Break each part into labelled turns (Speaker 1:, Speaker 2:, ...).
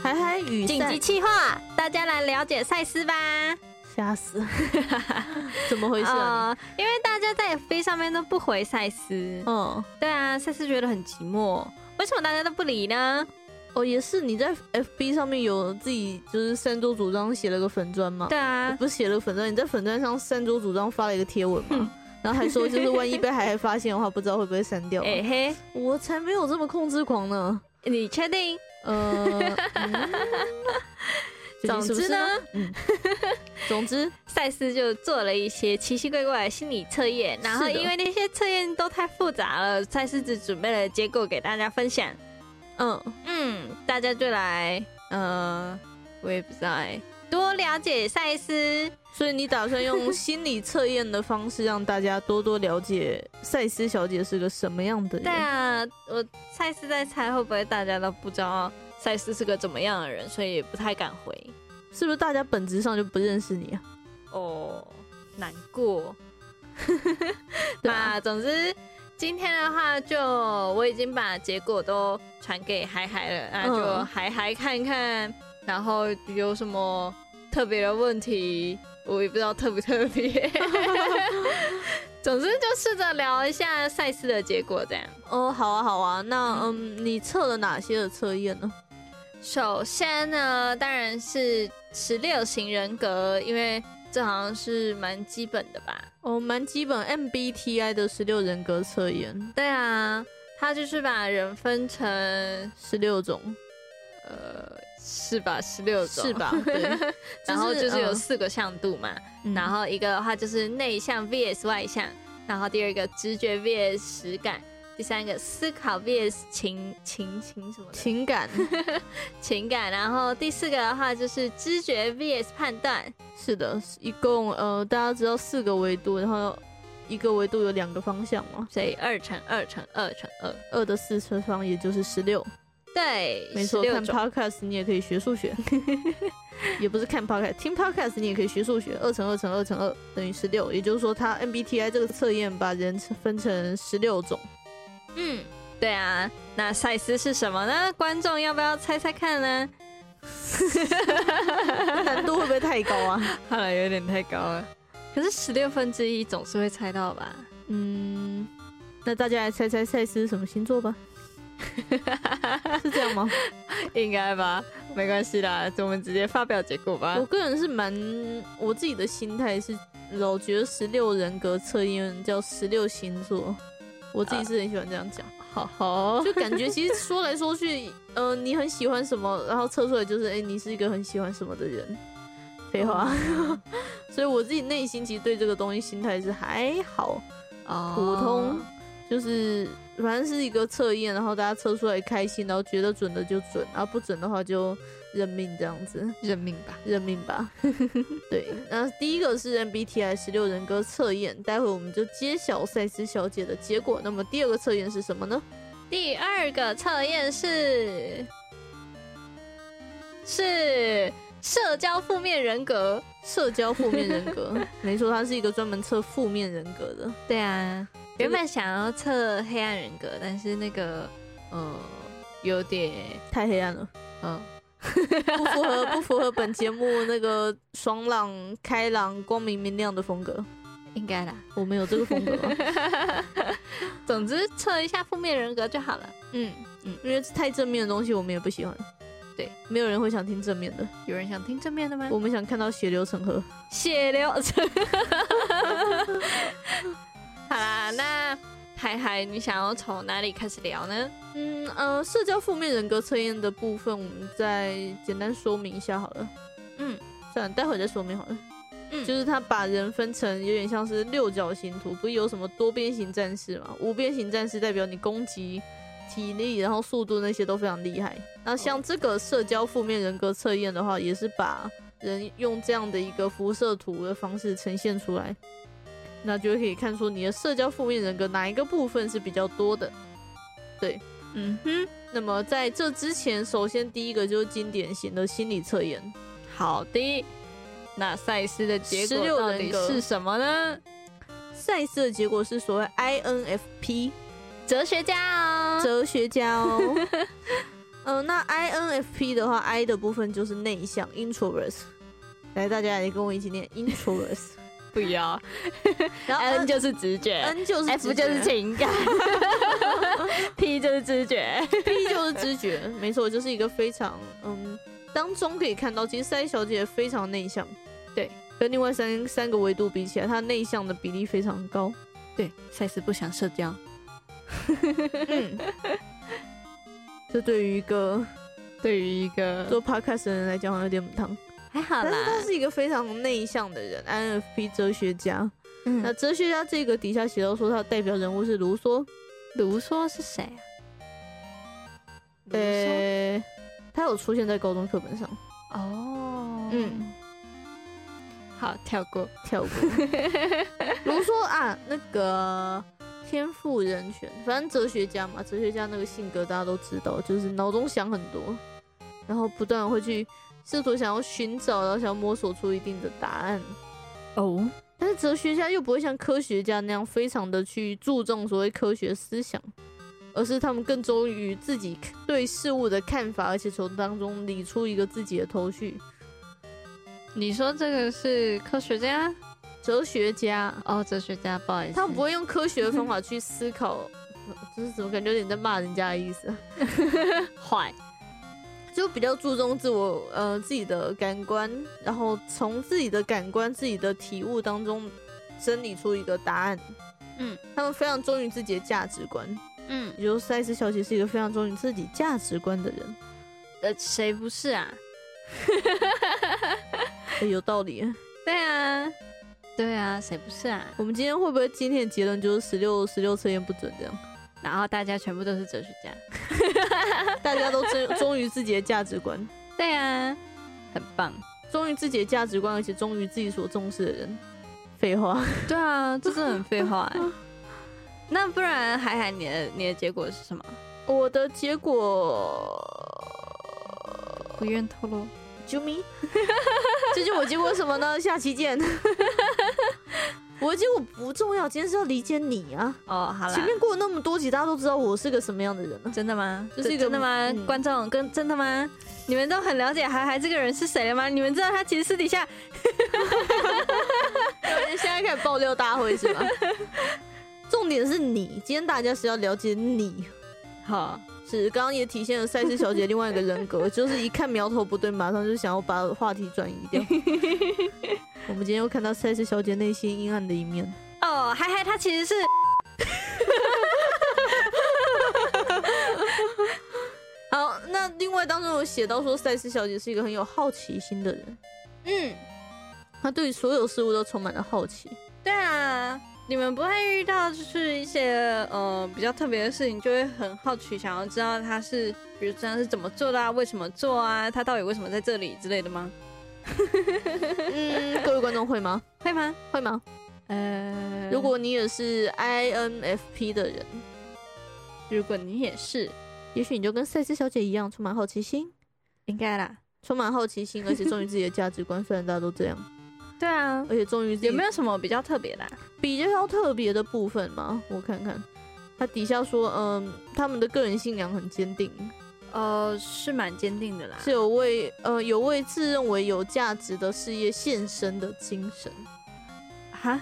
Speaker 1: 韩寒雨
Speaker 2: 紧急
Speaker 1: 伞，
Speaker 2: 气划，大家来了解赛斯吧。
Speaker 1: 吓 死！怎么回事啊？
Speaker 2: 呃，因为大家在 FB 上面都不回赛斯
Speaker 1: 你，嗯，
Speaker 2: 对啊，赛斯觉得很寂寞，为什么大家都不理呢？
Speaker 1: 哦，也是，你在 FB 上面有自己就是擅作主张写了个粉砖嘛？
Speaker 2: 对啊，
Speaker 1: 不是写了粉砖，你在粉砖上擅作主张发了一个贴文
Speaker 2: 嗯
Speaker 1: 嘛？然后还说就是万一被海海发现的话，不知道会不会删 掉。啊
Speaker 2: 哎、嘿，
Speaker 1: 我才没有这么控制狂呢。
Speaker 2: 你确定？
Speaker 1: 呃， 嗯
Speaker 2: 总之呢，
Speaker 1: 嗯，总之，
Speaker 2: 赛斯就做了一些奇奇怪怪的心理测验，然后
Speaker 1: 是的
Speaker 2: 因为那些测验都太复杂了，赛斯只准备了结果给大家分享。
Speaker 1: 嗯，
Speaker 2: 嗯，大家就来，呃，我也不知道哎，多了解赛斯。
Speaker 1: 所以你打算用心理测验的方式让大家多多了解赛斯小姐是个什么样的人？
Speaker 2: 对啊，我赛斯在猜会不会大家都不知道赛斯是个怎么样的人，所以也不太敢回。
Speaker 1: 是不是大家本质上就不认识你啊？
Speaker 2: 哦，难 过。
Speaker 1: 对啊
Speaker 2: 那总之今天的话就，我已经把结果都传给海海了，那就
Speaker 1: 嗯
Speaker 2: 海海看看，然后有什么特别的问题，我也不知道特不特别。 总之就试着聊一下赛事的结果，这样。
Speaker 1: 哦，好啊，好啊，那嗯，你测了哪些的测验呢？
Speaker 2: 首先呢，当然是十六型人格，因为这好像是蛮基本的吧。
Speaker 1: 哦，蛮基本 MBTI 的十六人格测验，
Speaker 2: 对啊，他就是把人分成
Speaker 1: 十六种，
Speaker 2: 呃是吧，十六种
Speaker 1: 是？ 吧？对，
Speaker 2: 然后就是有
Speaker 1: 嗯
Speaker 2: 四个向度嘛，
Speaker 1: 嗯
Speaker 2: 然后一个的话就是内向 VS 外向，然后第二个直觉 VS 实感，第三个思考 VS 情情情什么的
Speaker 1: 情 感
Speaker 2: 情感，然后第四个的话就是知觉 VS 判断，
Speaker 1: 是的，一共呃，大家知道四个维度，然后一个维度有两个方向嘛，
Speaker 2: 所以二乘二乘二乘二，
Speaker 1: 二的四次方也就是十六，
Speaker 2: 对，
Speaker 1: 没错，
Speaker 2: 六
Speaker 1: 看
Speaker 2: 种。
Speaker 1: podcast 你也可以学数 学，也不是看 podcast，听 podcast 你也可以学数学。二乘二乘二乘二等于十六，也就是说，它 MBTI 这个测验把人分成十六 种。
Speaker 2: 嗯，对啊，那赛斯是什么呢？观众要不要猜猜看 呢？
Speaker 1: 难度会不会太高啊？
Speaker 2: 看来有点太高了。可是十六分之一总是会猜到吧？
Speaker 1: 嗯，那大家来猜猜赛斯是什么星座 吧？是这样吗？
Speaker 2: 应该吧，没关系啦，我们直接发表结果吧
Speaker 1: 我。个人是蛮，我自己的心态是，老觉得十六人格测验叫十六星座，我
Speaker 2: 啊
Speaker 1: 自己是很喜欢这样讲。
Speaker 2: 好哦好，
Speaker 1: 就感觉其实说来说去，呃，你很喜欢什么，然后测出来就是，哎、你是一个很喜欢什么的人。废话， 所以我自己内心其实对这个东西心态是还好，
Speaker 2: 哦
Speaker 1: 普通，就是反正是一个测验，然后大家测出来开心，然后觉得准的就准，然后不准的话就认命这样子，
Speaker 2: 认命吧。
Speaker 1: 认命吧。 对，那第一个是 MBTI 十六人格测验，待会我们就揭晓赛斯小姐的结果。那么第二个测验是什么呢？
Speaker 2: 第二个测验是是社交负面人格。
Speaker 1: 社交负面人 格，没错，它是一个专门测负面人格的。
Speaker 2: 对啊，
Speaker 1: 这个
Speaker 2: 原本想要测黑暗人格，但是那个呃有点
Speaker 1: 太黑暗了，
Speaker 2: 呃
Speaker 1: 不符 合不符合本节目那个爽朗、开朗、光明明亮的风格。
Speaker 2: 应该 啦。
Speaker 1: 我们有这个风 格吗？
Speaker 2: 总之测一下负面人格就好了。
Speaker 1: 嗯嗯，因为太正面的东西我们也不喜欢。
Speaker 2: 对，
Speaker 1: 没有人会想听正面的，
Speaker 2: 有人想听正面的吗？
Speaker 1: 我们想看到血流成河。
Speaker 2: 血流。 好啦，那海海，你想要从哪里开始聊呢？
Speaker 1: 嗯呃，社交负面人格测验的部分，我们再简单说明一下好了。
Speaker 2: 嗯，
Speaker 1: 算了，待会再说明好了。
Speaker 2: 嗯
Speaker 1: 就是他把人分成有点像是六角形图，不是有什么多边形战士嘛？五边形战士代表你攻击、体力，然后速度那些都非常厉害。那像
Speaker 2: 哦
Speaker 1: 这个社交负面人格测验的话，也是把人用这样的一个辐射图的方式呈现出来，那就可以看出你的社交负面人格哪一个部分是比较多的。
Speaker 2: 嗯哼，
Speaker 1: 那么在这之前，首先第一个就是经典型的心理测验，
Speaker 2: 好的。那赛斯的结
Speaker 1: 16
Speaker 2: 果到底
Speaker 1: 人格
Speaker 2: 是什么呢？
Speaker 1: 赛斯的结果是所谓 INFP
Speaker 2: 哲学家哦，
Speaker 1: 哲学家哦。嗯、那 INFP 的话，I 的部分就是内向 （introvert）。来，大家也跟我一起念 introvert，
Speaker 2: 不要
Speaker 1: 然后
Speaker 2: N
Speaker 1: N
Speaker 2: 就是直觉
Speaker 1: N 就是
Speaker 2: ，F
Speaker 1: 直觉啊
Speaker 2: 就是情感，P 就是知觉。
Speaker 1: P 就是知觉，没错，就是一个非常嗯，当中可以看到，其实塞小姐非常内向，
Speaker 2: 对，
Speaker 1: 跟另外三三个维度比起来，她内向的比例非常高。
Speaker 2: 对，赛斯不想社交。
Speaker 1: 嗯， 这对于一个
Speaker 2: 对于一个
Speaker 1: 做 podcast 的人来讲，好像有点母汤。
Speaker 2: 还嗯好
Speaker 1: 但是
Speaker 2: 啦
Speaker 1: 他， 是一个非常内向的人，INFP 哲学家。那
Speaker 2: 嗯，
Speaker 1: 哲学家这个底下写到说，他的代表人物是卢梭。
Speaker 2: 卢梭是谁啊？卢梭
Speaker 1: 呃，他有出现在高中课本上，
Speaker 2: 哦，
Speaker 1: 嗯
Speaker 2: 嗯，好，跳过。
Speaker 1: 跳过。卢梭啊，那个天赋人权，反正哲学家嘛，哲学家那个性格大家都知道，就是脑中想很多，然后不断会去试图想要寻找，然后想要摸索出一定的答案。
Speaker 2: 哦，
Speaker 1: 但是哲学家又不会像科学家那样非常的去注重所谓科学思想，而是他们更忠于自己对事物的看法，而且从当中理出一个自己的头绪。
Speaker 2: 你说这个是科学家？
Speaker 1: 哲学家
Speaker 2: 哦，哲学家，不好意思，
Speaker 1: 他们不会用科学的方法去思考， 呃就是怎么感觉有点在骂人家的意思啊，
Speaker 2: 坏。
Speaker 1: 就比较注重自我呃自己的感官，然后从自己的感官、自己的体悟当中整理出一个答案。
Speaker 2: 嗯，
Speaker 1: 他们非常忠于自己的价值观。
Speaker 2: 嗯，
Speaker 1: 也就是赛斯小姐是一个非常忠于自己价值观的人，
Speaker 2: 呃，谁不是啊？
Speaker 1: 欸、有道理耶。
Speaker 2: 对啊，对啊，谁不是啊？
Speaker 1: 我们今天会不会今天的结论就是十六十六测验不准这样？
Speaker 2: 然后大家全部都是哲学家。
Speaker 1: 大家都忠忠于自己的价值观，
Speaker 2: 对啊，很棒。
Speaker 1: 忠于自己的价值观，而且忠于自己所重视的人。废话，
Speaker 2: 对啊，这真的很废话、 欸。那不然海海，你的你的结果是什么？
Speaker 1: 我的结果，
Speaker 2: 不愿透露。
Speaker 1: 啾咪， 这就我结果什么呢？下期见。 我的结果不重要，今天是要理解你啊。
Speaker 2: 哦，好啦
Speaker 1: 前。面过了那么多集，大家都知道我是个什么样的人了、
Speaker 2: 真的吗？
Speaker 1: 这是一个
Speaker 2: 真的吗？
Speaker 1: 嗯
Speaker 2: 观众跟真的吗？你们都很了解海海这个人是谁了吗？你们知道他其实私底下
Speaker 1: 现在开始爆料大会是吗？ 重点是你，今天大家是要了解你，
Speaker 2: 好
Speaker 1: 是刚刚也体现了赛斯小姐另外一个人 格，就是一看苗头不对，马上就想要把话题转移掉。 我们今天又看到赛斯小姐内心阴暗的一面，
Speaker 2: 哦，海海他其实是
Speaker 1: 好，那另外当中有写到说，赛斯小姐是一个很有好奇心的人，
Speaker 2: 嗯，
Speaker 1: 她对所有事物都充满了好奇。
Speaker 2: 对啊。你们不会遇到就是一些呃比较特别的事情，就会很好奇，想要知道他是，比如说他是怎么做的啊，为什么做啊，他到底为什么在这里之类的吗？
Speaker 1: 嗯，各位观众会吗？嗯
Speaker 2: 会吗？
Speaker 1: 会吗？
Speaker 2: 呃
Speaker 1: 如果你也是 INFP 的人，
Speaker 2: 如果你也是，
Speaker 1: 也许你就跟赛斯小姐一样充满好奇心，
Speaker 2: 应该啦。
Speaker 1: 充满好奇心，而且忠于自己的价值观。虽然大家都 这样，
Speaker 2: 对啊
Speaker 1: 而，且忠于自己
Speaker 2: 有没有什么比较特别的啊、
Speaker 1: 比较特别的部分吗？我看看，他底下说，嗯，他们的个人信仰很坚定，
Speaker 2: 呃，是蛮坚定的啦。
Speaker 1: 是有为呃有为自认为有价值的事业献身的精神。
Speaker 2: 哈，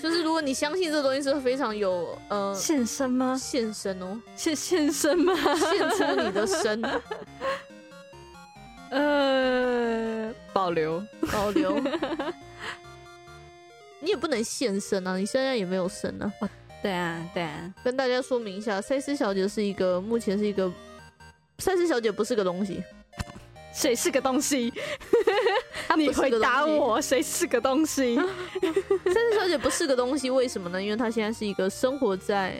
Speaker 1: 就是如果你相信这东西是非常有呃
Speaker 2: 现身吗？
Speaker 1: 献身哦，
Speaker 2: 是现身吗？
Speaker 1: 献出你的身
Speaker 2: 呃， 保留。
Speaker 1: 保留。 你也不能献身啊，你现在也没有身啊。
Speaker 2: 对啊，对啊，
Speaker 1: 跟大家说明一下，赛斯小姐是一个目前是一个，赛斯小姐不是个东西，
Speaker 2: 谁是个东西？
Speaker 1: 她不是个东西，
Speaker 2: 谁是个东 西？
Speaker 1: 三十小姐不是个东西，为什么呢？因为她现在是一个生活在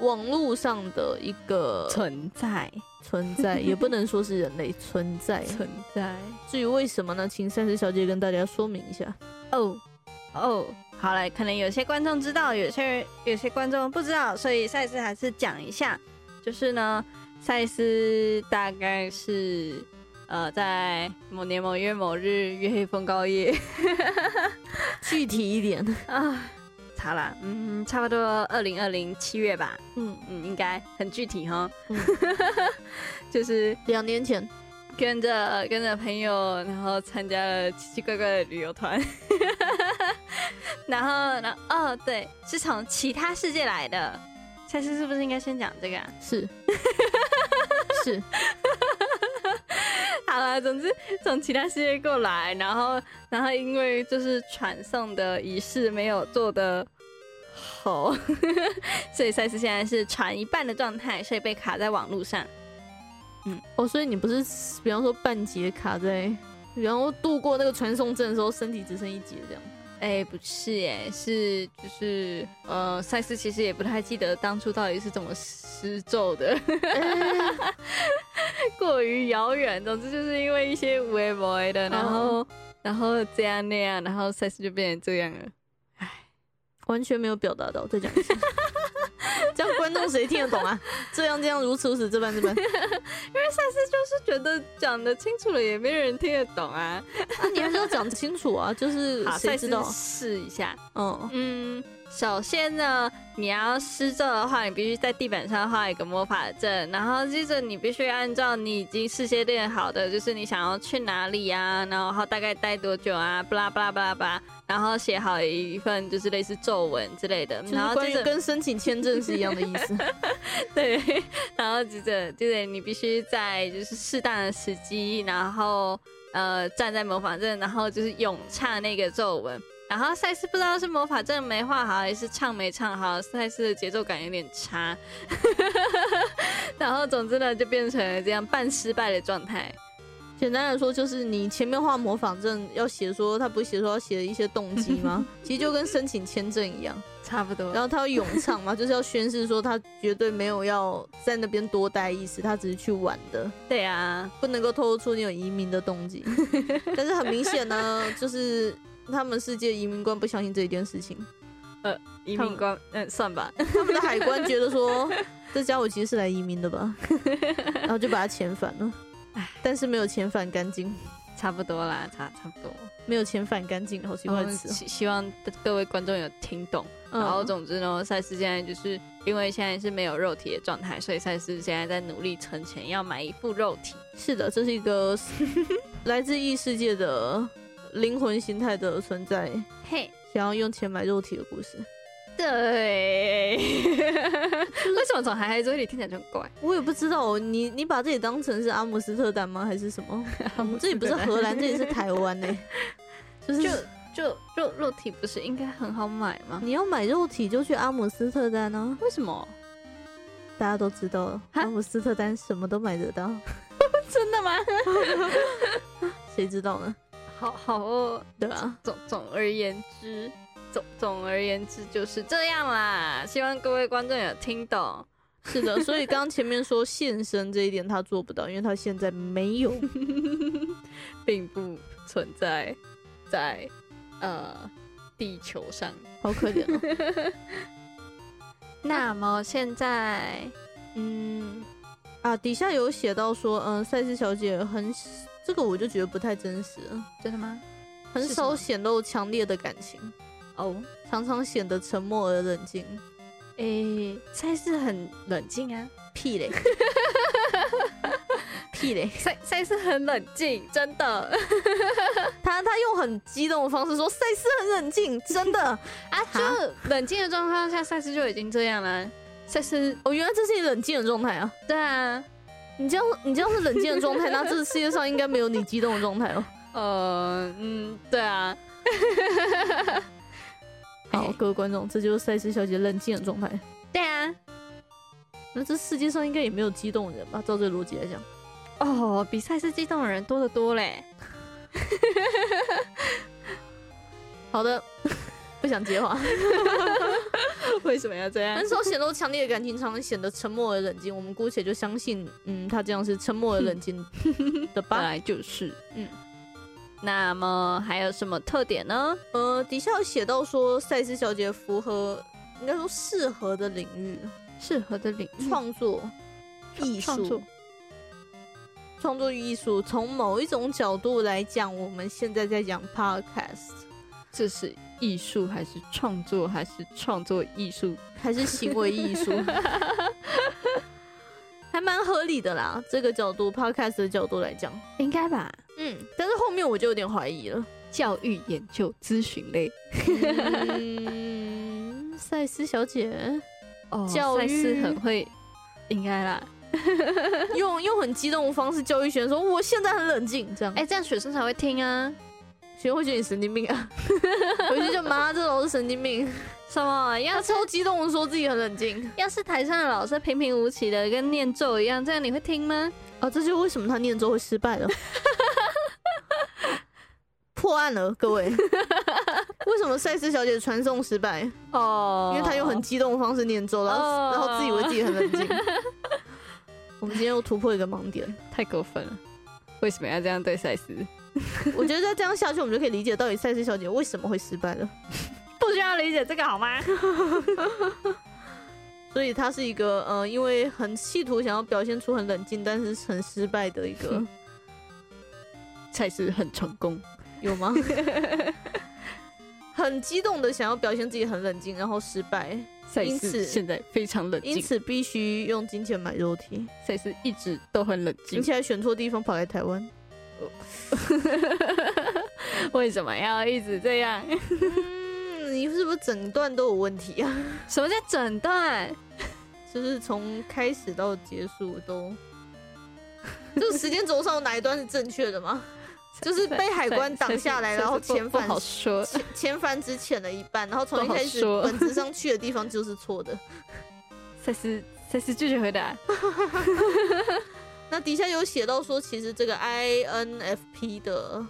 Speaker 1: 网络上的一个
Speaker 2: 存在，
Speaker 1: 存 在，也不能说是人类存在。
Speaker 2: 存在。
Speaker 1: 至于为什么呢？请三十小姐跟大家说明一下。
Speaker 2: 哦，哦，好了，可能有些观众知道，有些人有些观众不知道，所以赛斯还是讲一下。就是呢，赛斯大概是呃，在某年某月某日月黑风高夜。
Speaker 1: 具体一点，
Speaker 2: 啊，它啦，嗯，差不多二零二零七月吧，
Speaker 1: 嗯，
Speaker 2: 嗯，应该很具体哈，
Speaker 1: 嗯
Speaker 2: 就是
Speaker 1: 两年前，
Speaker 2: 跟着跟着朋友，然后参加了奇奇怪怪的旅游团， 然后然后哦对，是从其他世界来的。蔡司是不是应该先讲这个啊？
Speaker 1: 是是，
Speaker 2: 好了，总之从其他世界过来，然后然后因为就是传送的仪式没有做的好， 所以赛斯现在是传一半的状态，所以被卡在网络上。
Speaker 1: 哦，所以你不是，比方说半截卡在，然后度过那个传送阵的时候，身体只剩一截这样。
Speaker 2: 哎、不是哎、是就是呃，赛斯其实也不太记得当初到底是怎么施咒的，嗯 过于遥远。总之就是因为一些无为不为的，然后、然后这样那样，然后赛斯就变成这样了。
Speaker 1: 完全没有表达到，再讲一次。 这样观众谁听得懂啊？这样这样如此如此这般这般，
Speaker 2: 就是觉得讲的清楚了，也没人听得懂啊。
Speaker 1: 那、你还是要讲清楚啊，就是
Speaker 2: 好，
Speaker 1: 谁
Speaker 2: 赛
Speaker 1: 知
Speaker 2: 斯
Speaker 1: 道？
Speaker 2: 试一下。
Speaker 1: 嗯，
Speaker 2: 嗯，首先呢，你要施咒的话，你必须在地板上画一个魔法阵，然后接着你必须按照你已经事先练好的，就是你想要去哪里啊，然后大概待多久啊，巴拉巴拉巴拉巴拉，然后写好一份就是类似咒文之类的，
Speaker 1: 就是
Speaker 2: 然后
Speaker 1: 关
Speaker 2: 接
Speaker 1: 于
Speaker 2: 着
Speaker 1: 跟申请签证是一样的意 思。
Speaker 2: 对，然后接着接着你必须在就是适当的时机，然后呃站在魔法阵，然后就是咏唱那个咒文。然后赛斯不知道是魔法阵没画好，还是唱没唱好，赛斯的节奏感有点差。 然后总之呢，就变成了这样半失败的状态。
Speaker 1: 简单来说，就是你前面画模仿证要写说，他不是写说要写一些动机吗？其实就跟申请签证一样，
Speaker 2: 差不多
Speaker 1: 然后他要咏唱嘛， 就是要宣誓说他绝对没有要在那边多待意思，他只是去玩的。
Speaker 2: 对啊，
Speaker 1: 不能够透露出你有移民的动机。但是很明显呢，就是他们世界移民官不相信这一件事情，
Speaker 2: 移
Speaker 1: 他
Speaker 2: 民
Speaker 1: 们
Speaker 2: 官，嗯，算吧。
Speaker 1: 他们的海关觉得说，这家伙其实是来移民的吧，然后就把他遣返了。但是没有遣返干净，
Speaker 2: 差不多啦，差差不多。
Speaker 1: 没有遣返干净，好奇怪
Speaker 2: 我
Speaker 1: 的
Speaker 2: 们
Speaker 1: 词哦。嗯
Speaker 2: 希希望各位观众有听懂。然后总之呢，赛斯现在就是因为现在是没有肉体的状态，所以赛斯现在在努力存钱，要买一副肉体。
Speaker 1: 是的，这是一个 来自异世界的灵魂形态的存在，
Speaker 2: 嘿，
Speaker 1: 想要用钱买肉体的故事。
Speaker 2: 对， 为什么从孩孩嘴里听起来就很 怪？
Speaker 1: 我也不知道，你你把这里当成是阿姆斯特丹吗？还是什么？我们这里不是荷兰，这里是台湾 呢、就是
Speaker 2: 就就肉肉体不是应该很好买吗？
Speaker 1: 你要买肉体就去阿姆斯特丹啊，
Speaker 2: 为什么？
Speaker 1: 大家都知道了，
Speaker 2: 哈
Speaker 1: 阿姆斯特丹什么都买得到，
Speaker 2: 真的吗？
Speaker 1: 谁知道呢？
Speaker 2: 好好哦，
Speaker 1: 对啊吧？
Speaker 2: 总总而言之，总总而言之就是这样啦。希望各位观众有听懂。
Speaker 1: 是的，所以刚刚前面说现身这一点他做不到，因为他现在没 有。
Speaker 2: 并不存在在呃地球上。
Speaker 1: 好可怜哦。
Speaker 2: 那么现在，嗯，
Speaker 1: 啊，底下有写到说，嗯，赛斯小姐很，这个我就觉得不太真实了，啊
Speaker 2: 真的吗？
Speaker 1: 很
Speaker 2: 是什
Speaker 1: 少
Speaker 2: 么
Speaker 1: 显露强烈的感情，
Speaker 2: 哦，
Speaker 1: 常常显得沉默而冷静。
Speaker 2: 诶，赛斯很冷静啊，
Speaker 1: 屁 嘞，屁嘞！
Speaker 2: 赛赛斯很冷静，真的
Speaker 1: 他他用很激动的方式说：“赛斯很冷静，真的。
Speaker 2: 啊，就冷静的状况下，赛斯就已经这样了。赛斯，”
Speaker 1: 哦，原来这是你冷静的状态啊！
Speaker 2: 对啊，
Speaker 1: 你这样你这样是冷静的状态，那这个世界上应该没有你激动的状态哦。
Speaker 2: 呃，嗯，对啊，
Speaker 1: 好，
Speaker 2: 哎
Speaker 1: 各位观众，这就是赛斯小姐冷静的状态。
Speaker 2: 对啊，
Speaker 1: 那这世界上应该也没有激动的人吧？照这个逻辑来讲，
Speaker 2: 哦，比赛斯激动的人多得多嘞。
Speaker 1: 好的， 不想接话。
Speaker 2: 为什么要这 样
Speaker 1: 很少显露强烈的感情，常常显得沉默而冷静。我们姑且就相信，嗯，他这样是沉默而冷静的吧
Speaker 2: 本。来就是，
Speaker 1: 嗯
Speaker 2: 嗯。那么还有什么特点呢？
Speaker 1: 呃，底下有写到说，赛斯小姐符合，应该说适合的领域，
Speaker 2: 适合的领域
Speaker 1: 创作、艺
Speaker 2: 创
Speaker 1: 术
Speaker 2: 作、
Speaker 1: 创作与艺术。从某一种角度来讲，我们现在在讲 podcast，
Speaker 2: 这是艺术，还是创作，还是创作艺术，
Speaker 1: 还是行为艺术，还蛮合理的啦。这个角度，podcast 的角度来讲，
Speaker 2: 应该吧？
Speaker 1: 嗯，但是后面我就有点怀疑了。
Speaker 2: 教育研究咨询类，
Speaker 1: 嗯，赛斯小姐
Speaker 2: 哦
Speaker 1: 教
Speaker 2: 赛斯
Speaker 1: 育
Speaker 2: 很会，应该啦。
Speaker 1: 用用很激动的方式教育学生说：“我现在很冷静。”这样，
Speaker 2: 哎、
Speaker 1: 哎、
Speaker 2: 这样学生才会听啊。
Speaker 1: 学生会觉得你神经病啊， 回去就妈，这老师神经病。
Speaker 2: 什么？
Speaker 1: 他
Speaker 2: 要是
Speaker 1: 超激动的说自己很冷静
Speaker 2: 要是台上的老师平平无奇的，跟念咒一样，这样你会听吗？
Speaker 1: 啊，这就是为什么他念咒会失败了。 破案了，各位。 为什么赛斯小姐传送失败？
Speaker 2: 哦
Speaker 1: 因为她用很激动的方式念咒，然后、
Speaker 2: 哦
Speaker 1: 然后自以为自己很冷静。我们今天又突破一个盲点，
Speaker 2: 太过分了，为什么要这样对赛斯？
Speaker 1: 我觉得再这样下去，我们就可以理解到底赛斯小姐为什么会失败了。
Speaker 2: 不需要理解这个好吗？
Speaker 1: 所以她是一个呃，因为很企图想要表现出很冷静，但是很失败的一个，
Speaker 2: 赛斯很成功，
Speaker 1: 有吗？ 很激动的想要表现自己很冷静，然后失败，
Speaker 2: 赛
Speaker 1: 因
Speaker 2: 斯
Speaker 1: 此
Speaker 2: 现在非常冷
Speaker 1: 因
Speaker 2: 静，
Speaker 1: 此必须用金钱买肉体，
Speaker 2: 赛斯一直都很冷
Speaker 1: 而
Speaker 2: 静。
Speaker 1: 且还选错地方跑来台湾。
Speaker 2: 为什么要一直这样？
Speaker 1: 嗯，你是不是整段都有问题啊？
Speaker 2: 什么叫诊断？
Speaker 1: 就是从开始到结束都，这个时间轴上有哪一段是正确的吗？就是被海关挡下来
Speaker 2: 赛斯
Speaker 1: 然后
Speaker 2: 赛斯
Speaker 1: 遣
Speaker 2: 不
Speaker 1: 返
Speaker 2: 不好说，
Speaker 1: 前前帆只浅了一半，然后从一
Speaker 2: 不好
Speaker 1: 开始
Speaker 2: 说
Speaker 1: 本质上去的地方就是错的。
Speaker 2: 赛斯赛斯拒绝回答。
Speaker 1: 那底下有写到说，其实这个 INFP 的，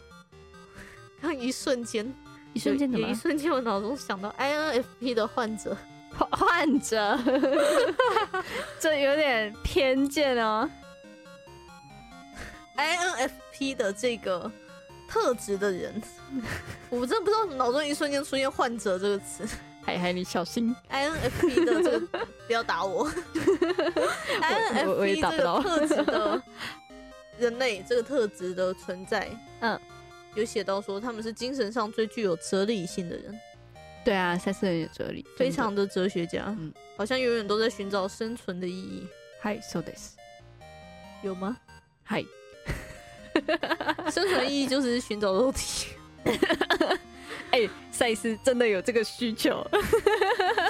Speaker 1: 刚一瞬间，
Speaker 2: 一瞬间怎
Speaker 1: 有
Speaker 2: 么
Speaker 1: 一瞬间我脑中想到 INFP 的患者，
Speaker 2: 患 患者？ 这有点偏见哦。
Speaker 1: INFP 的这个特质的人，我真的不知道为什么脑中一瞬间出现“患者”这个词。
Speaker 2: 海海，你小心！
Speaker 1: INFP 的这个不要打 我
Speaker 2: 我我也
Speaker 1: ，INFP
Speaker 2: 打不
Speaker 1: 这
Speaker 2: 到
Speaker 1: 个特质的人类这个特质的存在，
Speaker 2: 嗯，
Speaker 1: 有写到说他们是精神上最具有哲理性的人，
Speaker 2: 对啊，赛斯很有哲理，
Speaker 1: 非常的哲学家，
Speaker 2: 嗯
Speaker 1: 好像永远都在寻找生存的意义，
Speaker 2: 嗨，so this，
Speaker 1: 有 吗？
Speaker 2: 嗨，
Speaker 1: 生存的意义就是寻找肉体，
Speaker 2: 哎，赛斯真的有这个需求，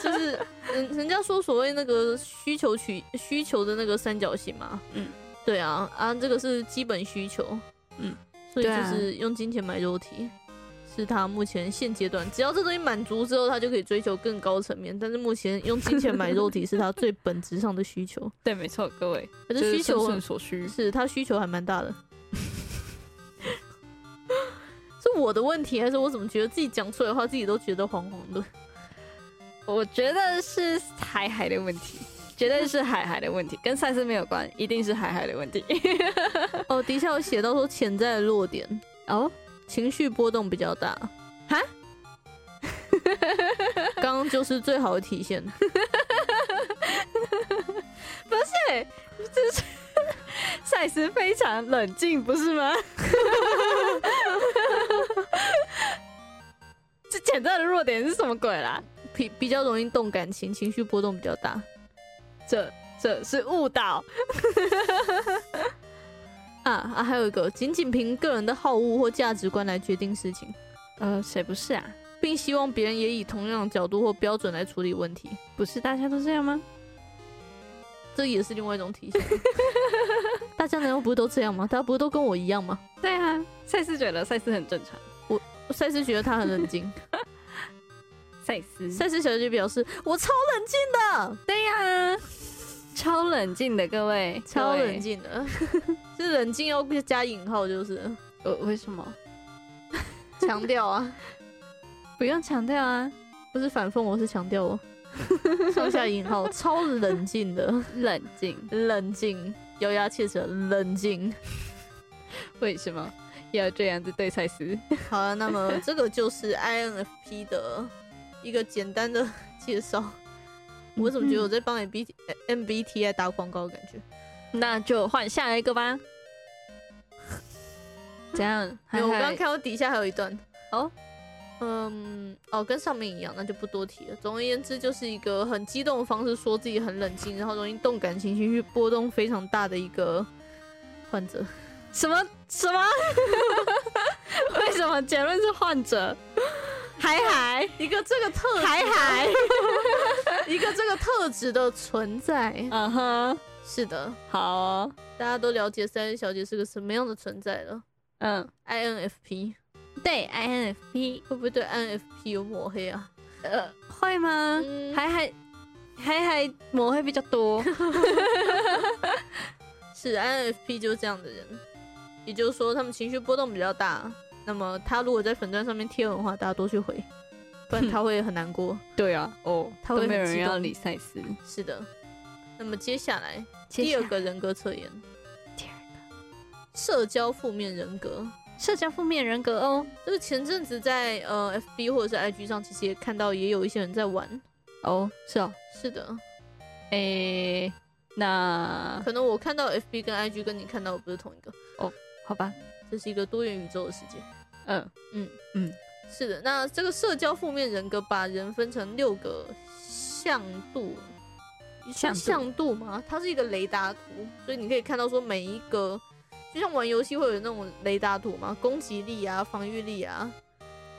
Speaker 1: 就是人人家说所谓那个需求取需求的那个三角形嘛，
Speaker 2: 嗯，
Speaker 1: 对啊，啊，这个是基本需求，
Speaker 2: 嗯，
Speaker 1: 所以
Speaker 2: 对
Speaker 1: 就
Speaker 2: 啊
Speaker 1: 是用金钱买肉体，是他目前现阶段只要这东西满足之后，他就可以追求更高层面。但是目前用金钱买肉体是他最本质上的需求，
Speaker 2: 对，没错，各位，
Speaker 1: 可
Speaker 2: 就是
Speaker 1: 需
Speaker 2: 生
Speaker 1: 求
Speaker 2: 存所需，啊
Speaker 1: 是他需求还蛮大的。 是我的问题，还是我怎么觉得自己讲出来的话，自己都觉得黄黄的？
Speaker 2: 我觉得是海海的问题，绝对是海海的问题，跟赛斯没有关，一定是海海的问题。
Speaker 1: 哦，底下有写到说潜在的弱点，
Speaker 2: 哦，
Speaker 1: 情绪波动比较大。
Speaker 2: 哈，
Speaker 1: 刚刚就是最好的体现。
Speaker 2: 赛斯非常冷静，不是吗？ 这潜在的弱点是什么鬼啦？
Speaker 1: 比比较容易动感情，情绪波动比较大
Speaker 2: 这这是误导。
Speaker 1: 啊啊！还有一个，仅仅凭个人的好恶或价值观来决定事情，
Speaker 2: 呃，谁不是啊？
Speaker 1: 并希望别人也以同样的角度或标准来处理问题，
Speaker 2: 不是大家都这样吗？
Speaker 1: 这也是另外一种体现。 大家难道不是都这样吗？大家不是都跟我一样吗？
Speaker 2: 对啊，赛斯觉得赛斯很正常。
Speaker 1: 赛斯觉得他很冷 静，
Speaker 2: 赛斯
Speaker 1: 赛斯小姐表示我超冷静的，
Speaker 2: 对呀、超冷静的各位，
Speaker 1: 超冷
Speaker 2: 静。
Speaker 1: 静的，是冷静要加引号，就是
Speaker 2: 呃，为什么？
Speaker 1: 强调啊，
Speaker 2: 不用强调啊，
Speaker 1: 不是反讽我，是强调 我，上下引号，超冷静的，
Speaker 2: 冷静。
Speaker 1: 冷静，咬牙切齿，冷静。
Speaker 2: 为什么要这样子对赛斯？
Speaker 1: 好了，那 么这个就是 INFP 的一个简单的 介绍。我怎么觉得我在帮 MBT MBTI 打广告的感觉？
Speaker 2: 那就换下一个 吧。怎样？
Speaker 1: 没有，我刚刚
Speaker 2: 看
Speaker 1: 看到底下还有一段
Speaker 2: 哦，
Speaker 1: 嗯，哦，跟上面一样，那就不多提了。总而言之，就是一个很激动的方式，说自己很冷静，然后容易动感情绪去波动非常大的一个患者。
Speaker 2: 什么什 么？为什么结论是患者？海海
Speaker 1: 一个这个特质
Speaker 2: 海海，
Speaker 1: 一个这个特质的存在。
Speaker 2: 嗯哼，
Speaker 1: 是的，
Speaker 2: 好哦，
Speaker 1: 大家都了解三人小姐是个什么样的存在了。
Speaker 2: 嗯，
Speaker 1: INFP
Speaker 2: 对，INFP，
Speaker 1: 会不会对 INFP 有抹黑啊？
Speaker 2: 呃，会吗？
Speaker 1: 嗯
Speaker 2: 海海海海抹黑比较多，
Speaker 1: 是 INFP 就是这样的人，也就是说他们情绪波动比较大。那么他如果在粉钻上面贴文的话，大家多去回，不然他会很难过。
Speaker 2: 对啊，哦，
Speaker 1: 他会
Speaker 2: 都没有
Speaker 1: 很
Speaker 2: 人
Speaker 1: 激动
Speaker 2: 要理赛斯。
Speaker 1: 是的。那么接下来
Speaker 2: 第
Speaker 1: 第
Speaker 2: 二
Speaker 1: 二
Speaker 2: 个
Speaker 1: 个人格测验，
Speaker 2: 第二
Speaker 1: 社交负面人格。
Speaker 2: 社交负面人格哦，
Speaker 1: 这个前阵子在呃 FB 或者是 IG 上，其实也看到也有一些人在玩。
Speaker 2: 哦，是哦，
Speaker 1: 是的，
Speaker 2: 诶，那
Speaker 1: 可能我看到 FB 跟 IG 跟你看到的不是同一个，
Speaker 2: 好吧，
Speaker 1: 这是一个多元宇宙的世界。
Speaker 2: 嗯
Speaker 1: 嗯
Speaker 2: 嗯，
Speaker 1: 是的，那这个社交负面人格把人分成六个向度，
Speaker 2: 向度
Speaker 1: 向度吗？它是一个雷达图，所以你可以看到说每一个，就像玩游戏会有那种雷达图嘛，攻击力啊、防御力啊，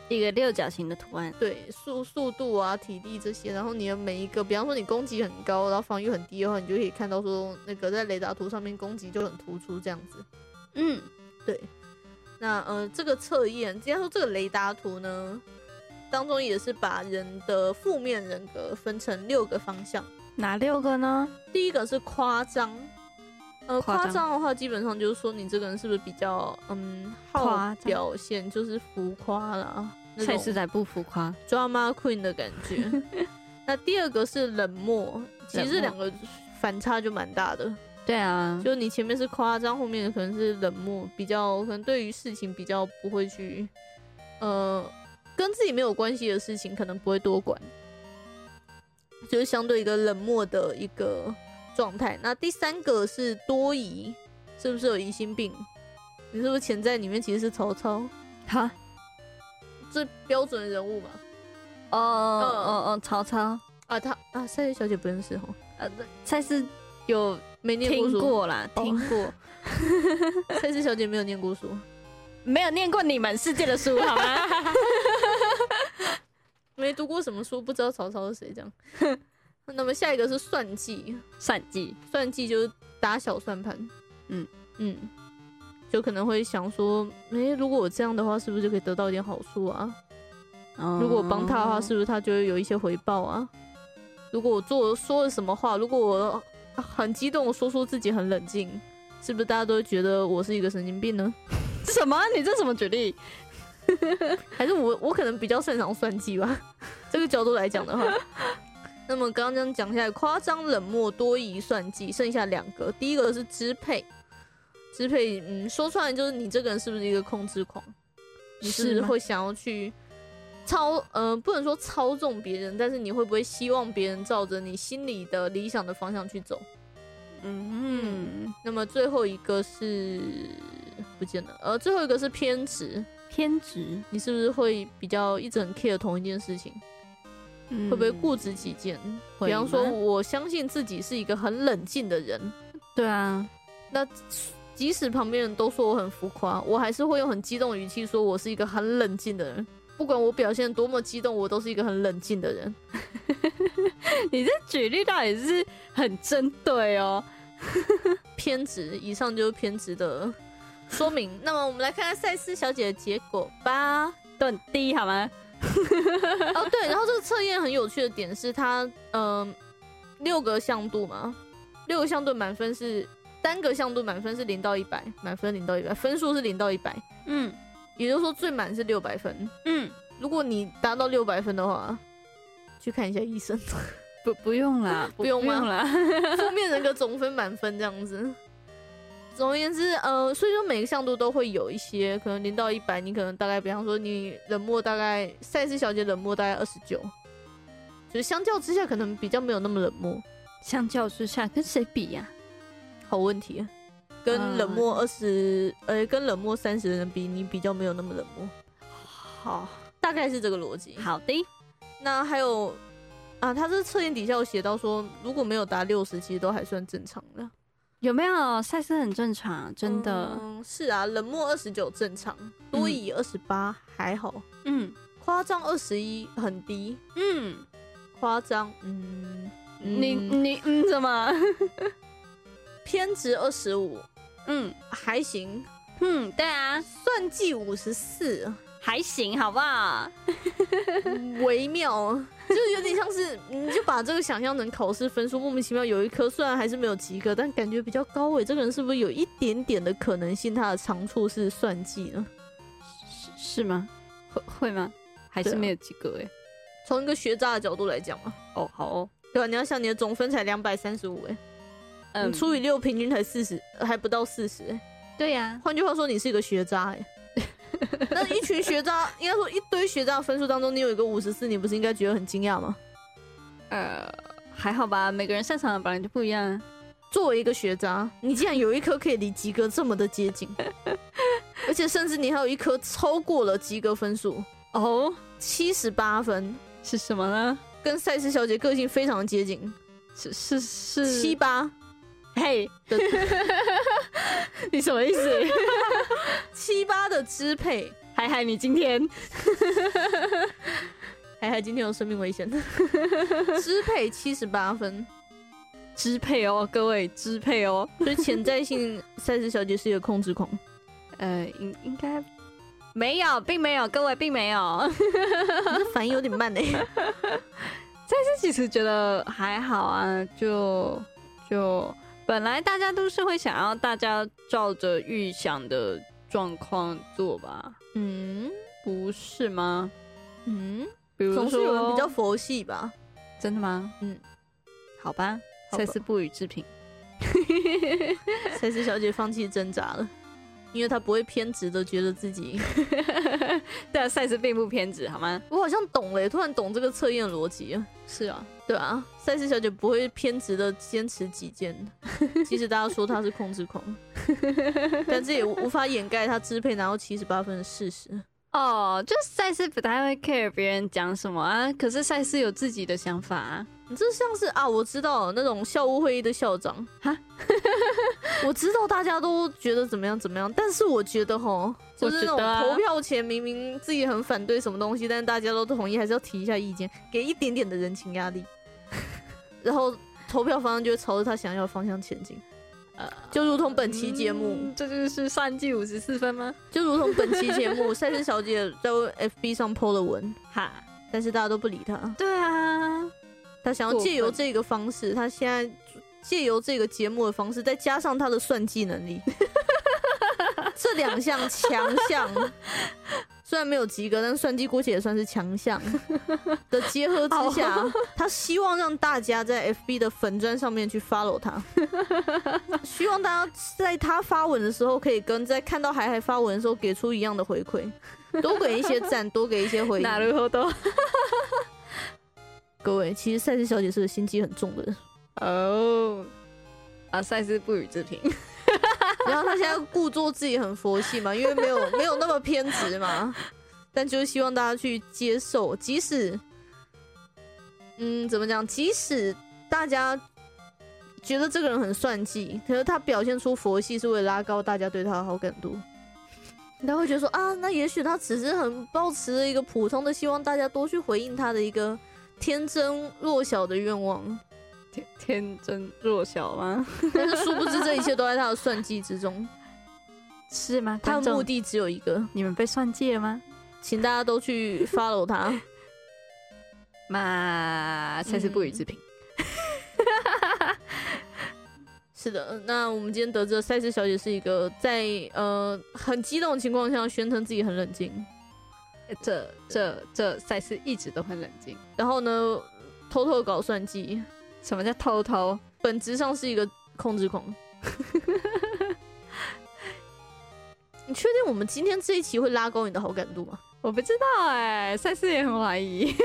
Speaker 2: 一个六角形的图案，
Speaker 1: 对速速度啊、体力这些，然后你的每一个，比方说你攻击很高，然后防御很低的话，你就可以看到说那个在雷达图上面攻击就很突出这样子。
Speaker 2: 嗯，
Speaker 1: 对，那呃，这个测验，应该说这个雷达图呢，当中也是把人的负面人格分成六个方向。
Speaker 2: 哪六个呢？
Speaker 1: 第一个是夸张，呃，
Speaker 2: 夸张
Speaker 1: 夸张的话，基本上就是说你这个人是不是比较嗯
Speaker 2: 夸
Speaker 1: 好
Speaker 2: 张
Speaker 1: 表现，就是浮夸啦，那
Speaker 2: 赛
Speaker 1: 种
Speaker 2: 斯仔不浮夸，
Speaker 1: drama queen 的感 觉。那第二个是冷漠，其
Speaker 2: 冷
Speaker 1: 实这
Speaker 2: 漠
Speaker 1: 两个反差就蛮大的。
Speaker 2: 对啊，
Speaker 1: 就你前面是夸张，后面可能是冷漠，比较可能对于事情比较不会去，呃，跟自己没有关系的事情可能不会多管，就是相对一个冷漠的一个状态。那第三个是多疑，是不是有疑心病？你是不是潜在里面其实是曹操？
Speaker 2: 好，
Speaker 1: 这标准人物嘛？
Speaker 2: 哦哦哦，曹操，
Speaker 1: 啊，他啊，赛月小姐不认识哦，
Speaker 2: 呃，赛斯有
Speaker 1: 没念过
Speaker 2: 听
Speaker 1: 书。
Speaker 2: 过啦，
Speaker 1: 哦
Speaker 2: 听 过，
Speaker 1: 赛月小姐没有念过书。
Speaker 2: 没有念过你们世界的书好吗？
Speaker 1: 没读过什么书，不知道曹操是谁这样。 那么下一个是算计，
Speaker 2: 算计，
Speaker 1: 算计就是打小算盘，
Speaker 2: 嗯
Speaker 1: 嗯，就可能会想说，诶、如果我这样的话，是不是就可以得到一点好处啊？如
Speaker 2: 如
Speaker 1: 果我帮他的话，是不是他就会有一些回报啊？如果我做说了什么话，如果我很激动，说出自己很冷静，是不是大家都会觉得我是一个神经病呢？
Speaker 2: 什么？你这什么举例？
Speaker 1: 还是我我可能比较擅长算计吧， 这个角度来讲的话。 那么刚刚这样讲下来，夸张、冷漠、多疑、算计，剩下两个，第一个是支配，支配，嗯，说出来就是你这个人是不是一个控制狂？你是不
Speaker 2: 是
Speaker 1: 是
Speaker 2: 吗
Speaker 1: 会想要去操，呃，不能说操纵别人，但是你会不会希望别人照着你心里的理想的方向去走？
Speaker 2: 嗯，
Speaker 1: 那么最后一个是不见了，呃，最后一个是偏执，
Speaker 2: 偏执，
Speaker 1: 你是不是会比较一直很 care 同一件事情？
Speaker 2: 会嗯
Speaker 1: 会不会固执己见？
Speaker 2: 会
Speaker 1: 比方说，
Speaker 2: 吗
Speaker 1: 我相信自己是一个很冷静的人，
Speaker 2: 对啊，
Speaker 1: 即使旁边人都说我很浮夸，我还是会用很激动的语气说我是一个很冷静的人。不管我表现多么激动，我都是一个很冷静的人。
Speaker 2: 你这举例到底是很针对哦。
Speaker 1: 偏执，以上就是偏执的说明。 那么我们来看看赛斯小姐的结果吧。
Speaker 2: 都很低好吗？
Speaker 1: 哦，对，然后这个测验很有趣的点是它，嗯、六个向度嘛，六个向度满分是单个向度满分是零到一百，满分零到一百，分数是零到一百，
Speaker 2: 嗯
Speaker 1: 也就是说最满是六百分。
Speaker 2: 嗯，
Speaker 1: 如果你达到六百分的话，去看一下医生。
Speaker 2: 不不用 啦，
Speaker 1: 不用吗
Speaker 2: 啦。
Speaker 1: 负面人格总分满分这样子。总而言之，呃，所以说每个向度都会有一些，可能零到一百，你可能大概，比方说你冷漠大概赛斯小姐冷漠大概二十九，就是相较之下可能比较没有那么冷漠。
Speaker 2: 相较之下，跟谁比呀、
Speaker 1: 好问题啊，跟
Speaker 2: 嗯
Speaker 1: 冷漠二十、呃，跟冷漠三十的人比，你比较没有那么冷漠。
Speaker 2: 好，
Speaker 1: 大概是这个逻辑。
Speaker 2: 好的，
Speaker 1: 那还有啊，他这测验底下有写到说，如果没有达六十，其实都还算正常的。
Speaker 2: 有没有赛斯很正常，真的，
Speaker 1: 嗯，是啊，冷漠二十九正常，多疑二十八还好，
Speaker 2: 嗯
Speaker 1: 夸张二十一很低，
Speaker 2: 嗯，
Speaker 1: 夸张，嗯，
Speaker 2: 你
Speaker 1: 嗯
Speaker 2: 你嗯怎么，
Speaker 1: 偏执二十五
Speaker 2: 嗯
Speaker 1: 还行，
Speaker 2: 嗯，对啊，
Speaker 1: 算计五十四，
Speaker 2: 还行，好不好？
Speaker 1: 微妙，就是有点像是，你就把这个想象成考试分数，莫名其妙有一科虽然还是没有及格，但感觉比较高诶，这个人是不是有一点点的可能性，他的长处是算计呢？
Speaker 2: 是是吗？会会吗？还
Speaker 1: 对
Speaker 2: 是
Speaker 1: 啊
Speaker 2: 没有及格哎？
Speaker 1: 从一个学渣的角度来讲嘛，
Speaker 2: 哦，好哦，
Speaker 1: 对吧、你要想你的总分才两百三十五诶，
Speaker 2: 嗯，
Speaker 1: 你除以六平均才四十，还不到四十诶。
Speaker 2: 对呀，
Speaker 1: 换句话说，你是一个学渣诶。 那一群学渣，应该说一堆学渣的分数当中，你有一个五十四，你不是应该觉得很惊讶吗？
Speaker 2: 呃，还好吧，每个人擅长的本来就不一样啊。
Speaker 1: 作为一个学渣，你竟然有一科可以离及格这么的接 近，而且甚至你还有一科超过了及格分数，
Speaker 2: 哦，
Speaker 1: 七十八分，
Speaker 2: 是什么呢？
Speaker 1: 跟赛斯小姐个性非常的接近，
Speaker 2: 是是是
Speaker 1: 七八
Speaker 2: 嘿，
Speaker 1: 的
Speaker 2: 你什么意思？
Speaker 1: 七八的支配。
Speaker 2: 海海，你今天
Speaker 1: 还还今天有生命危 险，支配七十八分，
Speaker 2: 支配哦，各位支配哦。
Speaker 1: 所以潜在 性赛斯小姐是一个控制狂。
Speaker 2: 呃，应应该没有，并没有，各位并没有。
Speaker 1: 你这反应有点慢欸嘞、
Speaker 2: 这其实觉得还好啊，就就本来大家都是会想要大家照着预想的状况做吧，
Speaker 1: 嗯
Speaker 2: 不是吗？
Speaker 1: 嗯，
Speaker 2: 比如说，
Speaker 1: 总是有人比较佛系吧？
Speaker 2: 真的吗？
Speaker 1: 嗯，
Speaker 2: 好吧，
Speaker 1: 好吧
Speaker 2: 赛斯不予置评。
Speaker 1: 赛斯小姐放弃挣扎了，因为她不会偏执的觉得自己
Speaker 2: 对啊，赛斯并不偏执，好吗？
Speaker 1: 我好像懂了耶，突然懂这个测验逻辑了，
Speaker 2: 是啊，
Speaker 1: 对啊，赛斯小姐不会偏执的坚持己见，即使大家说她是控制狂，但这也无法掩盖她支配拿到七十八分的事实。
Speaker 2: 哦，就赛斯不太会 care 别人讲什么啊，可是赛斯有自己的想法啊。
Speaker 1: 你这像是啊，我知道了那种校务会议的校长
Speaker 2: 哈，
Speaker 1: 我知道大家都觉得怎么样怎么样，但是我觉得吼，就是那种
Speaker 2: 我觉得啊
Speaker 1: 投票前明明自己很反对什么东西，但是大家都同意，还是要提一下意见，给一点点的人情 压力，然后投票方向就会朝着他想要的方向前进。
Speaker 2: 呃
Speaker 1: 就如同本期节目，
Speaker 2: 嗯这就是算计五十四分吗？
Speaker 1: 就如同本期节目， 赛斯小姐在 FB 上 PO 了文，
Speaker 2: 哈，
Speaker 1: 但是大家都不理她。
Speaker 2: 对啊，
Speaker 1: 他想要
Speaker 2: 过分
Speaker 1: 借由这个方式，他现在借由这个节目的方式，再加上他的算计能力，这两项强项，虽然没有及格，但算计姑且也算是强项的结合之下，他希望让大家在 FB 的粉砖上面去 follow 他，希望大家在他发文的时候，可以跟在看到海海发文的时候给出一样的回馈，多给一些赞，多给一些回应。
Speaker 2: 哪路好多？
Speaker 1: 各位，其实赛斯小姐是个心机很重的人。
Speaker 2: 哦，啊，赛斯不予置评。
Speaker 1: 然后他现在故作自己很佛系嘛，因为没有没有那么偏执嘛，但就是希望大家去接受，即使，嗯，怎么讲？即使大家觉得这个人很算计，可是他表现出佛系是为了拉高大家对他的好感度。他会觉得说啊，那也许他只是很抱持着一个普通的希望大家多去回应他的一个天真弱小的愿望，
Speaker 2: 天天真弱小吗？
Speaker 1: 但是殊不知这一切都在他的算计之中。
Speaker 2: 是吗？
Speaker 1: 他
Speaker 2: 观
Speaker 1: 的
Speaker 2: 众
Speaker 1: 目，的只有一个，
Speaker 2: 你们被算计了吗？
Speaker 1: 请大家都去 follow 他。
Speaker 2: 嘛，赛斯不予置评。
Speaker 1: 是的，呃那我们今天得知了赛斯小姐是一个在呃很激动的情况下宣称自己很冷静，
Speaker 2: 这这这赛斯一直都很冷静。
Speaker 1: 然后呢偷偷搞算计，
Speaker 2: 什么叫偷偷？
Speaker 1: 本质上是一个控 制狂。你确定我们今天这一期会拉高你的好感度 吗？
Speaker 2: 我不知道哎、赛斯也很怀疑。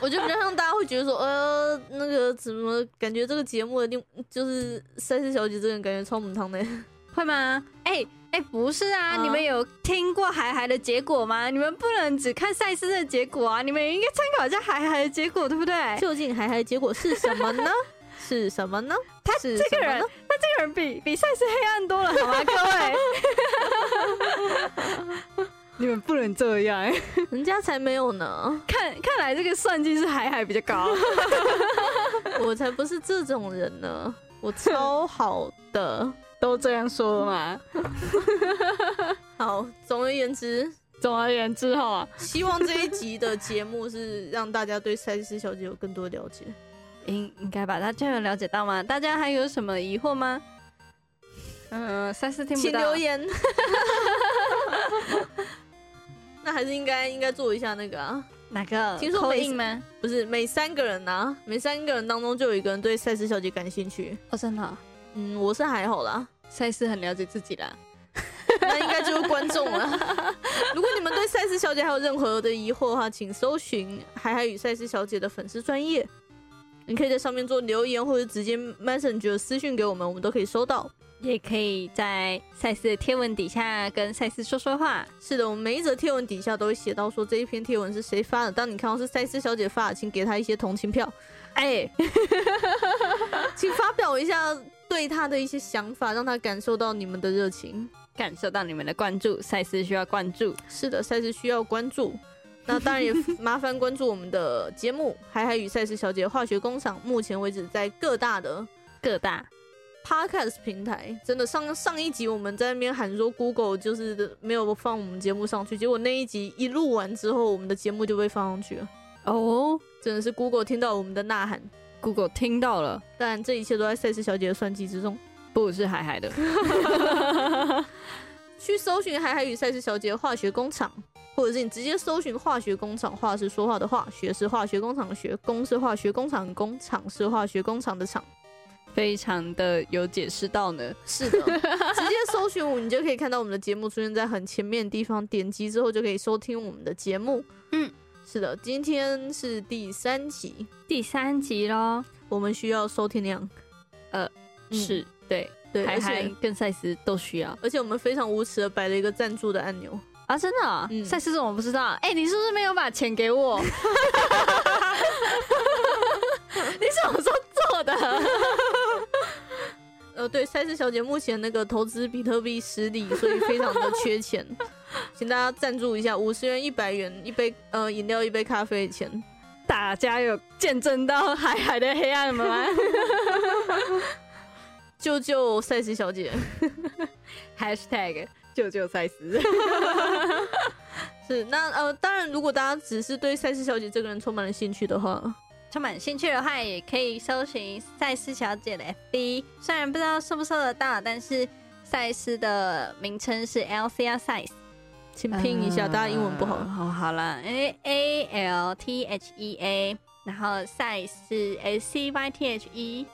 Speaker 1: 我觉得比较像大家会觉得说，呃，那个怎么感觉这个节目的另就是赛斯小姐这个人感觉超母汤的，
Speaker 2: 会吗？哎、哎、哎、不是啊，
Speaker 1: 啊
Speaker 2: 你们有听过海海的结果吗？你们不能只看赛斯的结果啊，你们也应该参考一下海海的结果，对不对？
Speaker 1: 究竟海海结果是什么 呢？是什么呢？
Speaker 2: 他
Speaker 1: 是
Speaker 2: 这
Speaker 1: 什
Speaker 2: 个
Speaker 1: 么
Speaker 2: 人
Speaker 1: 呢？，
Speaker 2: 那这个人比比赛斯黑暗多了，好 吗，各位？ 你们不能这样，哎
Speaker 1: 人家才没有呢，
Speaker 2: 看看来这个算计是海海比较高。
Speaker 1: 我才不是这种人呢， 我超好的。
Speaker 2: 都这样说了嘛。
Speaker 1: 好，总而言之，
Speaker 2: 总而言之哈，
Speaker 1: 希望这一集的节目是让大家对赛斯小姐有更多了解。
Speaker 2: 应应该吧？大家有了解到吗？大家还有什么疑惑吗？嗯、三四听不
Speaker 1: 请
Speaker 2: 到。
Speaker 1: 留言。 那还是应该应该做一下那个啊，
Speaker 2: 哪个？
Speaker 1: 听说
Speaker 2: 口
Speaker 1: 每
Speaker 2: 音吗？
Speaker 1: 不是每三个人啊，每三个人当中就有一个人对赛斯小姐感兴趣。
Speaker 2: 哦，真的哦、
Speaker 1: 嗯，我是还好啦，
Speaker 2: 赛斯很了解自己啦。
Speaker 1: 那应该就是观众了。 如果你们对赛斯小姐还有任何的疑惑的话，请搜寻“海海与赛斯小姐”的粉丝专业，你可以在上面做留言，或者直接 Messenger 私讯给我们，我们都可以收到。
Speaker 2: 也可以在赛斯的贴文底下跟赛斯说说话。
Speaker 1: 是的，我们每一则贴文底下都会写到说这一篇贴文是谁发的。当你看到是赛斯小姐发的，请给她一些同情票，
Speaker 2: 哎，
Speaker 1: 请发表一下对她的一些想法，让她感受到你们的热情。
Speaker 2: 感受到你们的关注，赛斯需要关注。
Speaker 1: 是的，赛事需要关注。那当然也麻烦关注我们的节目《海海与赛事小姐化学工厂》。目前为止，在各大的
Speaker 2: 各大
Speaker 1: podcast 平台，真的上上一集我们在那边喊说 Google 就是没有放我们节目上去，结果那一集一录完之后，我们的节目就被放上去了。
Speaker 2: 哦
Speaker 1: 真的是 Google 听到我们的呐喊，
Speaker 2: ，Google 听到了，
Speaker 1: 但这一切都在赛事小姐的算计之中。
Speaker 2: 不是海海的。
Speaker 1: 去搜寻“海海与赛斯小姐化学工厂”，或者是你直接搜寻“化学工厂”，化是说话的化，学是化学工厂的学，工是化学工厂的工，厂是化学工厂的厂。
Speaker 2: 非常的有解释到呢。
Speaker 1: 是的，直接搜寻我，你就可以看到我们的节目出现在很前面的地方，点击之后就可以收听我们的节目。
Speaker 2: 嗯，
Speaker 1: 是的，今天是第三集，
Speaker 2: 第三集喽，
Speaker 1: 我们需要收听量，
Speaker 2: 呃
Speaker 1: 嗯，
Speaker 2: 是对，
Speaker 1: 对，
Speaker 2: 海
Speaker 1: 而
Speaker 2: 海
Speaker 1: 且
Speaker 2: 跟赛斯都需要
Speaker 1: 而且我们非常无耻的摆了一个赞助的按钮。
Speaker 2: 啊，真的哦
Speaker 1: 嗯
Speaker 2: 赛斯怎么不知道？哎，你是不是没有把钱给我？你什么时候做的？
Speaker 1: 呃，对，赛斯小姐目前那个投资比特币失利，所以非常的缺钱，请大家赞助一下，五十元、一百元一杯，呃，饮料一杯咖啡的钱。
Speaker 2: 大家有见证到海海的黑暗吗？
Speaker 1: 救救赛斯小姐！
Speaker 2: #hashtag 救救赛斯。
Speaker 1: 是那呃，当然，如果大家只是对赛斯小姐这个人充满了兴趣的话，
Speaker 2: 充满兴趣的话，也可以搜寻赛斯小姐的 FB。虽然不知道搜不搜得到，但是赛斯的名称是 Althea Size，
Speaker 1: 请拼一
Speaker 2: 呃
Speaker 1: 下，大家英文不好。
Speaker 2: 啊 好好了，A A L T H E A，然后赛是 S C Y T H E。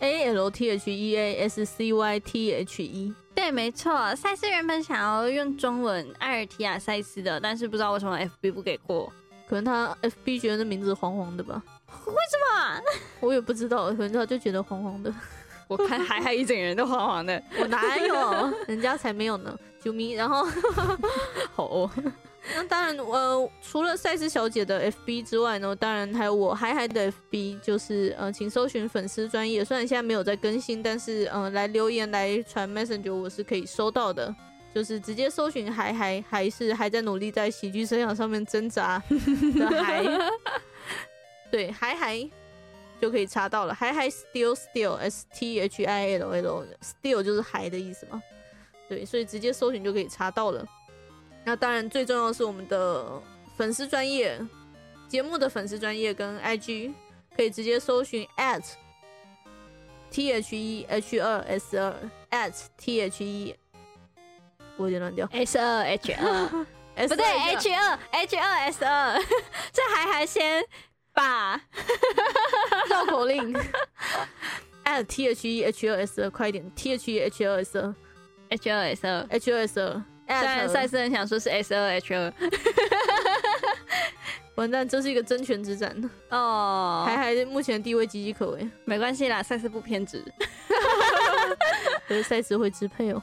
Speaker 1: A L T H E A S C Y T H E，
Speaker 2: 对，没错，赛斯原本想要用中文艾尔提亚赛斯的，但是不知道为什么 FB 不给过。
Speaker 1: 可能他 F B 觉得那名字黄黄的吧，
Speaker 2: 哇，
Speaker 1: 我也不知道，可能他就觉得黄黄的。
Speaker 2: 我看海海一整人都黄黄的，
Speaker 1: 我哪有？人家才没有呢，啾咪。然后
Speaker 2: 好 哦。
Speaker 1: 那当然，呃，除了赛斯小姐的 FB 之外呢，当然还有我海海的 FB，就是呃，请搜寻粉丝专业。虽然现在没有在更新，但是呃，来留言来传 Messenger 我是可以收到的。就是直接搜寻海海，还是还在努力在喜剧生涯上面挣扎的 海，对海海就可以查到了。海海 still still s t h i l l still 就是海的意思嘛，对，所以直接搜寻就可以查到了。那当然，最重要的是我们的粉丝专业节目的粉丝专业跟 IG，可以直接搜寻 at t h e h 二 s 二 at t h e，我有点乱掉
Speaker 2: S 哎二 H 嗯二。
Speaker 1: ，S E
Speaker 2: 不对
Speaker 1: 二
Speaker 2: ，H 二 H 二 S 二， 这还还先把
Speaker 1: 绕口令 at t h e h 二 s 二，快一点 t h e h 二 s 二
Speaker 2: H 二 S 二。
Speaker 1: h 二 s 二
Speaker 2: 虽然赛
Speaker 1: at，
Speaker 2: 斯很想说是 S 二 H 二
Speaker 1: 完蛋，这是一个争权之战，还
Speaker 2: 哦，
Speaker 1: 还目前地位岌岌可危，
Speaker 2: 没关系啦，赛斯不偏执。
Speaker 1: 可是赛斯会支配哦。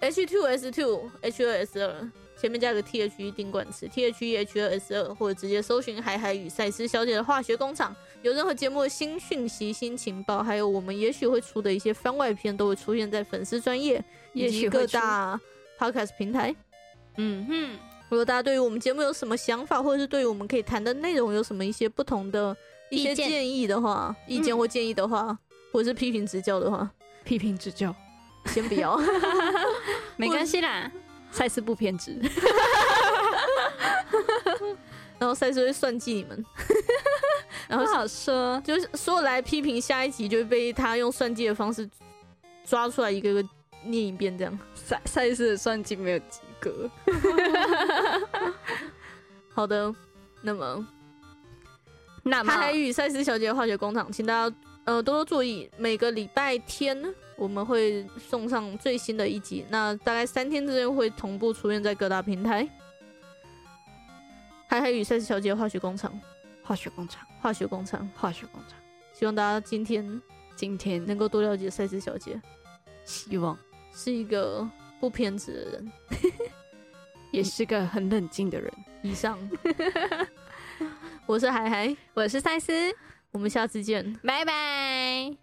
Speaker 1: H two S two H 二 S 二，前面加个 T H E 定冠词 T H E H 二 S 二，或者直接搜寻“海海与赛斯小姐的化学工厂”。有任何节目的新讯息、新情报，还有我们也许会出的一些番外篇，都会出现在粉丝专业以
Speaker 2: 也
Speaker 1: 及
Speaker 2: 许
Speaker 1: 各
Speaker 2: 会出
Speaker 1: 大 podcast 平台。
Speaker 2: 嗯哼，
Speaker 1: 如果大家对于我们节目有什么想法，或者是对于我们可以谈的内容有什么一些不同的一些
Speaker 2: 意见嗯
Speaker 1: 建议的话，意见或建议的话，或者是批评指教的话，
Speaker 2: 批评指教，
Speaker 1: 先不要。
Speaker 2: 没关系啦，赛斯不偏 执。
Speaker 1: 然后赛斯会算计你们，然后
Speaker 2: 不好说，
Speaker 1: 就是所有来批评下一集就会被他用算计的方式抓出来，一个个念一遍这样。
Speaker 2: 赛赛斯的算计没有及格。
Speaker 1: 好的，那么
Speaker 2: 那
Speaker 1: 海
Speaker 2: 么
Speaker 1: 海与赛斯小姐的化学工厂，请大家呃多多注意，每个礼拜天我们会送上最新的一集，那大概三天之内会同步出现在各大平台。海海与赛斯小姐的化学工厂，
Speaker 2: 化学工厂，
Speaker 1: 化学工厂，
Speaker 2: 化学工厂，
Speaker 1: 希望大家今天
Speaker 2: 今天
Speaker 1: 能够多了解赛斯小姐
Speaker 2: 希望
Speaker 1: 是一个不偏执的人。
Speaker 2: 也是个很冷静的人。
Speaker 1: 以上，我是海海，
Speaker 2: 我是赛斯，
Speaker 1: 我们下次见。
Speaker 2: 拜拜。